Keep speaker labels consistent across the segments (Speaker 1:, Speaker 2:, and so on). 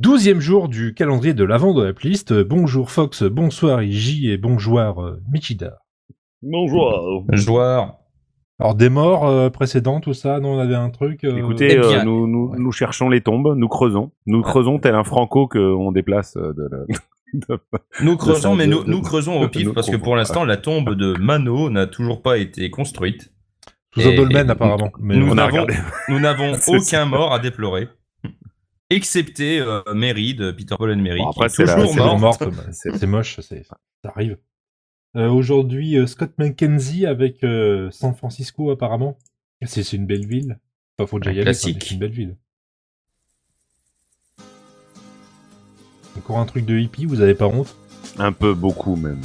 Speaker 1: Douzième jour du calendrier de l'avant de la playlist. Bonjour Fox, bonsoir Iji et bonjour euh, Michida.
Speaker 2: Bonjour.
Speaker 3: Joueur.
Speaker 1: Alors des morts euh, précédentes, tout ça, non, on avait un truc. euh,
Speaker 2: Écoutez,
Speaker 3: eh bien,
Speaker 2: euh, nous, nous,
Speaker 3: ouais.
Speaker 2: nous cherchons les tombes, nous creusons. Nous creusons tel un franco qu'on déplace euh, de la... de-
Speaker 3: Nous creusons,
Speaker 2: ça,
Speaker 3: mais
Speaker 2: de-
Speaker 3: nous,
Speaker 2: de-
Speaker 3: nous creusons au pif
Speaker 2: nous
Speaker 3: parce que
Speaker 2: creusons.
Speaker 3: pour l'instant, la tombe de Mano n'a toujours pas été construite.
Speaker 1: sous un
Speaker 3: et-
Speaker 1: dolmen
Speaker 3: et-
Speaker 1: apparemment. Mais
Speaker 3: nous
Speaker 2: on a
Speaker 3: n'avons-
Speaker 2: regardé.
Speaker 3: Nous n'avons
Speaker 2: C'est
Speaker 3: aucun mort à déplorer, excepté euh, Mary de Peter Paul and Mary,
Speaker 2: Bon, après,
Speaker 3: qui
Speaker 2: c'est
Speaker 3: est
Speaker 2: la-
Speaker 3: toujours
Speaker 1: c'est
Speaker 3: morte.
Speaker 1: morte, bah, c'est c'est moche, c'est- ça arrive. Euh, Aujourd'hui, euh, Scott McKenzie avec euh, San Francisco apparemment. C'est c'est une belle ville. Enfin, faut déjà
Speaker 3: Un
Speaker 1: y aller. quoi,
Speaker 3: classique.
Speaker 1: mais C'est une belle ville. Encore un truc de hippie, vous avez pas honte
Speaker 2: Un peu beaucoup même.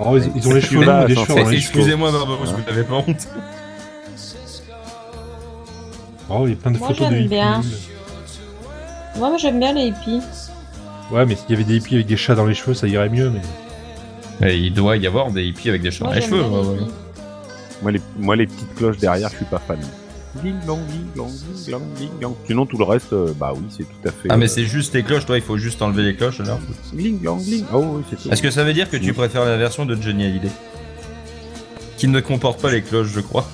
Speaker 1: Alors, ils, ils ont les
Speaker 2: Tu
Speaker 1: cheveux longs
Speaker 2: vas
Speaker 1: ou
Speaker 2: à
Speaker 1: des
Speaker 2: San
Speaker 1: cheveux
Speaker 3: Eh,
Speaker 1: dans les cheveux
Speaker 3: Excusez-moi, Barbarous, vous n'avez pas honte.
Speaker 1: Oh, il y a plein de
Speaker 4: Moi,
Speaker 1: photos de
Speaker 4: j'aime
Speaker 1: hippies.
Speaker 4: bien. Moi, moi, j'aime bien les hippies.
Speaker 1: Ouais, mais s'il y avait des hippies avec des chats dans les cheveux, ça irait mieux, mais.
Speaker 3: Et il doit y avoir des hippies avec des cheveux
Speaker 4: Moi,
Speaker 3: les
Speaker 4: j'aime
Speaker 3: cheveux.
Speaker 4: bien les
Speaker 3: ouais, ouais.
Speaker 4: hippies.
Speaker 2: Moi les, moi, les petites cloches derrière, je suis pas fan. Ding, dong, ding, dong, ding, dong, ding, dong. Sinon, tout le reste, euh, bah oui, c'est tout à fait.
Speaker 3: Ah, mais
Speaker 2: euh,
Speaker 3: c'est juste les cloches, toi, il faut juste enlever les cloches alors.
Speaker 2: Gling, glang, gling. Ah oui, c'est tout.
Speaker 3: Est-ce que ça veut dire que
Speaker 2: Oui.
Speaker 3: tu préfères la version de Johnny Hallyday Qui ne comporte pas les cloches, je crois.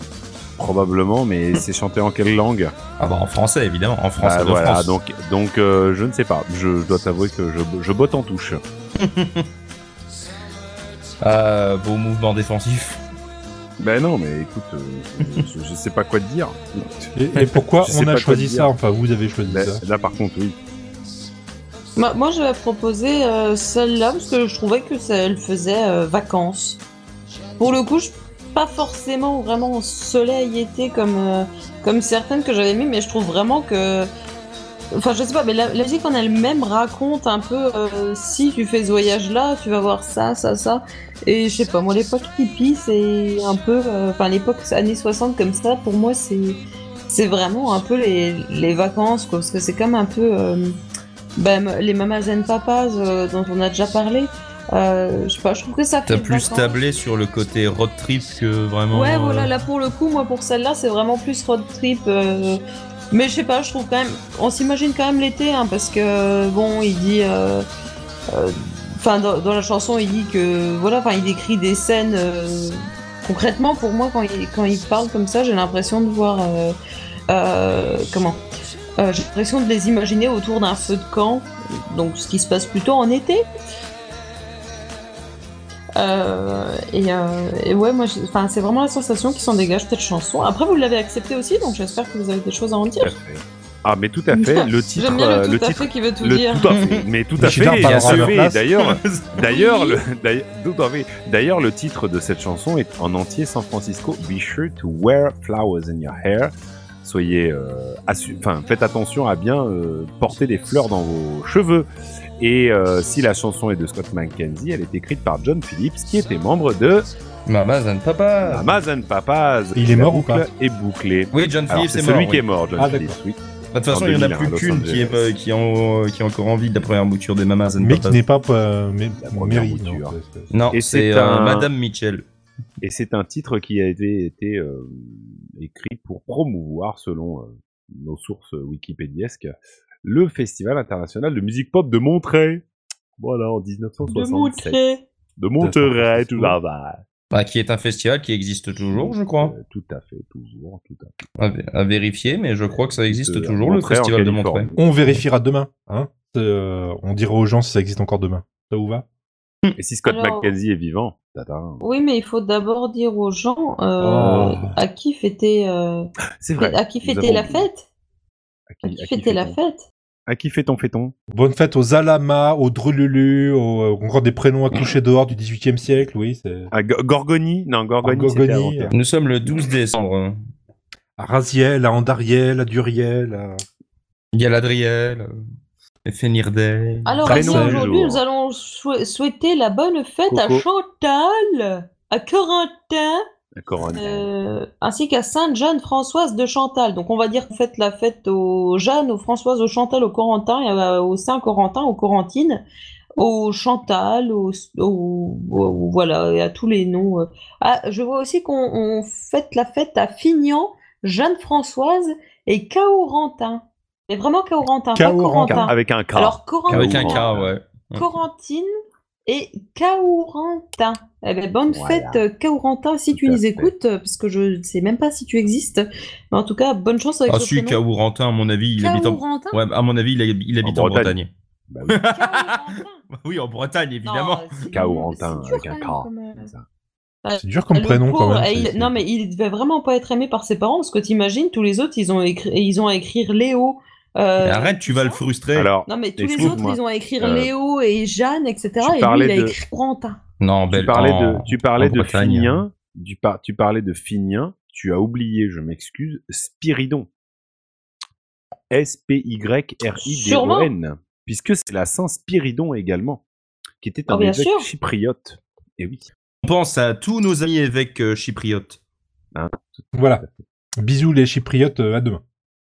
Speaker 2: Probablement, mais c'est chanté en quelle langue
Speaker 3: Ah bah en français, évidemment, en français
Speaker 2: Ah,
Speaker 3: de
Speaker 2: Voilà,
Speaker 3: France.
Speaker 2: donc, donc euh, je ne sais pas. Je, je dois t'avouer que je, je botte en touche.
Speaker 3: Euh, beau mouvement défensif.
Speaker 2: Ben non, mais écoute, euh, je, je sais pas quoi te dire.
Speaker 1: Et, et pourquoi
Speaker 2: Je sais
Speaker 1: on
Speaker 2: pas
Speaker 1: a
Speaker 2: quoi
Speaker 1: choisi
Speaker 2: te
Speaker 1: ça
Speaker 2: dire. Ben,
Speaker 1: Enfin, vous avez choisi
Speaker 2: Là,
Speaker 1: ça.
Speaker 2: là, par contre, oui.
Speaker 4: Moi, moi, je vais proposer euh, celle-là parce que je trouvais que ça, elle faisait euh, vacances. Pour le coup, je- pas forcément vraiment soleil-été comme, euh, comme certaines que j'avais mis, mais je trouve vraiment que. Enfin, je sais pas, mais la, la musique en elle-même raconte un peu euh, si tu fais ce voyage-là, tu vas voir ça, ça, ça. Et je sais pas, moi, l'époque hippie, c'est un peu. euh, Enfin, l'époque années 60 comme ça, pour moi, c'est. C'est vraiment un peu les, les vacances, quoi, parce que c'est comme un peu. euh, ben, m- les mamas and papas euh, dont on a déjà parlé, euh, je sais pas, je trouve que ça fait
Speaker 3: T'as plus
Speaker 4: vacances.
Speaker 3: tablé sur le côté road trip que vraiment.
Speaker 4: Ouais,
Speaker 3: euh,
Speaker 4: voilà, là pour le coup, moi pour celle-là, c'est vraiment plus road trip. euh, Mais je sais pas, je trouve quand même. On s'imagine quand même l'été, hein, parce que bon, il dit. euh, euh, Enfin, dans, dans la chanson, il dit que. Voilà, enfin, il décrit des scènes. euh, Concrètement, pour moi, quand il, quand il parle comme ça, j'ai l'impression de voir. euh, euh, comment Euh, J'ai l'impression de les imaginer autour d'un feu de camp, donc ce qui se passe plutôt en été. Euh, et, euh, et ouais, moi, j'ai- enfin, c'est vraiment la sensation qui s'en dégage de cette chanson. Après, vous l'avez acceptée aussi, donc j'espère que vous avez des choses à en dire.
Speaker 2: Ah, mais tout à fait. Le titre,
Speaker 4: J'aime bien
Speaker 2: euh,
Speaker 4: le tout à
Speaker 2: titre,
Speaker 4: fait qui veut tout
Speaker 2: le
Speaker 4: dire.
Speaker 2: tout à fait. Mais tout
Speaker 1: Mais
Speaker 2: à
Speaker 1: je suis d'accord,
Speaker 2: fait.
Speaker 1: par
Speaker 2: bien
Speaker 1: rapport à
Speaker 2: sûr.
Speaker 1: ma place.
Speaker 2: D'ailleurs, d'ailleurs, le, d'ailleurs, tout à fait. D'ailleurs, le titre de cette chanson est en entier San Francisco. Be sure to wear flowers in your hair. Soyez, euh, assu- enfin, faites attention à bien euh, porter des fleurs dans vos cheveux. Et euh, si la chanson est de Scott McKenzie, elle est écrite par John Phillips, qui était membre de
Speaker 3: Mamas and Papa.
Speaker 2: Amazon Papas.
Speaker 1: Il est
Speaker 2: La
Speaker 1: mort ou
Speaker 2: boucle
Speaker 1: pas
Speaker 2: Est bouclé.
Speaker 3: Oui, John
Speaker 2: Alors,
Speaker 3: Phillips
Speaker 2: c'est
Speaker 3: est mort.
Speaker 2: celui qui
Speaker 3: oui.
Speaker 2: est mort, John
Speaker 1: Ah,
Speaker 2: Phillips. Oui.
Speaker 3: De toute façon,
Speaker 2: en
Speaker 3: il n'y en a
Speaker 2: 2000,
Speaker 3: plus
Speaker 2: à Los
Speaker 3: qu'une qui, est,
Speaker 2: Angeles.
Speaker 3: qui, est en- euh, qui est encore en vie de la première mouture des Mamas and
Speaker 1: Mais qui
Speaker 3: Papas.
Speaker 1: n'est pas euh, mais,
Speaker 2: La première
Speaker 1: mairie,
Speaker 2: mouture.
Speaker 1: non, c'est-
Speaker 3: Non,
Speaker 2: Et
Speaker 3: c'est
Speaker 2: c'est
Speaker 3: euh,
Speaker 2: un-
Speaker 3: Madame Mitchell.
Speaker 2: Et c'est un titre qui a été, été euh, écrit pour promouvoir, selon euh, nos sources wikipédiesques, le Festival international de musique pop de Monterey. Voilà, en
Speaker 4: De
Speaker 2: 1967.
Speaker 4: montrer.
Speaker 2: De Monterey, tout à fait.
Speaker 3: Bah, qui est un festival qui existe toujours, je crois.
Speaker 2: Euh, Tout à fait, toujours, tout à fait.
Speaker 3: À, vé- à vérifier, mais je crois que ça existe
Speaker 2: Euh,
Speaker 3: toujours, le
Speaker 2: Monterey, en
Speaker 3: festival de
Speaker 2: Californie.
Speaker 3: Montreuil.
Speaker 1: On vérifiera demain. Hein Euh, on dira aux gens si ça existe encore demain. Ça vous va
Speaker 2: Et si Scott
Speaker 4: Alors-
Speaker 2: McKenzie est vivant, tadam.
Speaker 4: Oui, mais il faut d'abord dire aux gens euh,
Speaker 1: Oh.
Speaker 4: à qui fêter, euh,
Speaker 2: c'est vrai.
Speaker 4: à qui
Speaker 2: nous
Speaker 4: fêter
Speaker 2: avons
Speaker 4: la
Speaker 2: oublié.
Speaker 4: fête. À qui fêter la
Speaker 2: fait-on
Speaker 4: fête.
Speaker 2: À qui fait-on, fait-on
Speaker 1: Bonne fête aux Alamas, aux Drululu, aux, euh, encore des prénoms accouchés dehors du 18 e siècle, oui. c'est-
Speaker 2: À Go- Gorgoni Non,
Speaker 3: Ah,
Speaker 2: Gorgoni,
Speaker 1: À
Speaker 2: c'était
Speaker 1: Gorgoni,
Speaker 2: avant.
Speaker 3: Nous sommes le 12 décembre. hein.
Speaker 1: À Raziel, à Andariel, à Duriel. à-
Speaker 3: Il y a l'Adriel, euh, Fenirday.
Speaker 4: Alors,
Speaker 2: Prénom
Speaker 4: ici,
Speaker 2: du
Speaker 4: aujourd'hui,
Speaker 2: jour.
Speaker 4: nous allons sou- souhaiter la bonne fête à
Speaker 2: Coco.
Speaker 4: Chantal, à Corentin,
Speaker 2: La couronne.
Speaker 4: Euh, ainsi qu'à Sainte Jeanne Françoise de Chantal. Donc on va dire qu'on fête la fête aux Jeannes, aux Françoises, aux Chantal, aux Corentins, et, euh, aux Saint Corentin, aux Corentines, aux Chantal, aux, aux- aux- voilà, et à tous les noms. euh. Ah, je vois aussi qu'on on fête la fête à Fignan, Jeanne Françoise et Caorentin. Mais vraiment Corentin, pas
Speaker 1: Corentin.
Speaker 4: Corentin.
Speaker 2: Avec un K.
Speaker 4: Alors Corentin,
Speaker 3: Avec un K, ouais.
Speaker 4: Corentine et Kaurentin. Eh ben, bonne
Speaker 2: Voilà.
Speaker 4: fête euh, Kaurentin si tu
Speaker 2: Tout à
Speaker 4: nous
Speaker 2: fait.
Speaker 4: écoutes, euh, parce que je ne sais même pas si tu existes. Mais en tout cas, bonne chance avec
Speaker 3: Ah,
Speaker 4: ce
Speaker 3: si,
Speaker 4: prénom.
Speaker 3: Kaourantin, à mon avis, il habite en.
Speaker 4: Kaurentin
Speaker 3: Ouais, à mon avis, il, hab- il habite
Speaker 2: En
Speaker 3: en,
Speaker 2: Bretagne.
Speaker 3: Bretagne.
Speaker 2: Bah oui,
Speaker 4: Kaurentin.
Speaker 3: Oui, en Bretagne,
Speaker 4: Non, euh,
Speaker 3: évidemment.
Speaker 4: c'est-
Speaker 2: Kaurentin,
Speaker 4: c'est dur
Speaker 2: avec un
Speaker 4: quand
Speaker 2: K.
Speaker 4: même comme, euh,
Speaker 1: C'est dur comme prénom
Speaker 4: Le
Speaker 1: quand
Speaker 4: pauvre,
Speaker 1: même.
Speaker 4: et il-
Speaker 1: c'est-
Speaker 4: Non, mais il devait vraiment pas être aimé par ses parents, parce que t'imagines, tous les autres, ils ont, écrit... ils ont à écrire Léo. euh,
Speaker 3: Mais Arrête, tu vas le
Speaker 4: ça.
Speaker 3: frustrer.
Speaker 2: Alors,
Speaker 4: Non, mais tous les
Speaker 2: Excuse-moi.
Speaker 4: autres, ils ont à écrire
Speaker 2: Euh,
Speaker 4: Léo et Jeanne, etc. Et lui, il
Speaker 2: parlais
Speaker 4: a
Speaker 2: de-
Speaker 4: écrit Corentin.
Speaker 3: non, Oh.
Speaker 2: tu
Speaker 3: belle
Speaker 2: parlais
Speaker 3: en-
Speaker 2: de, tu parlais
Speaker 3: en
Speaker 2: de
Speaker 3: Bretagne.
Speaker 2: Finien, du par- tu parlais de Finien, tu as oublié, je m'excuse, Spiridon. S-P-Y-R-I-D-O-N. Puisque c'est la Saint Spiridon également, qui était un
Speaker 4: Oh, bien
Speaker 2: évêque
Speaker 4: sûr.
Speaker 2: chypriote. Et oui.
Speaker 3: On pense à tous nos amis évêques euh, chypriotes.
Speaker 1: Voilà. Bisous les Chypriotes, euh, à demain.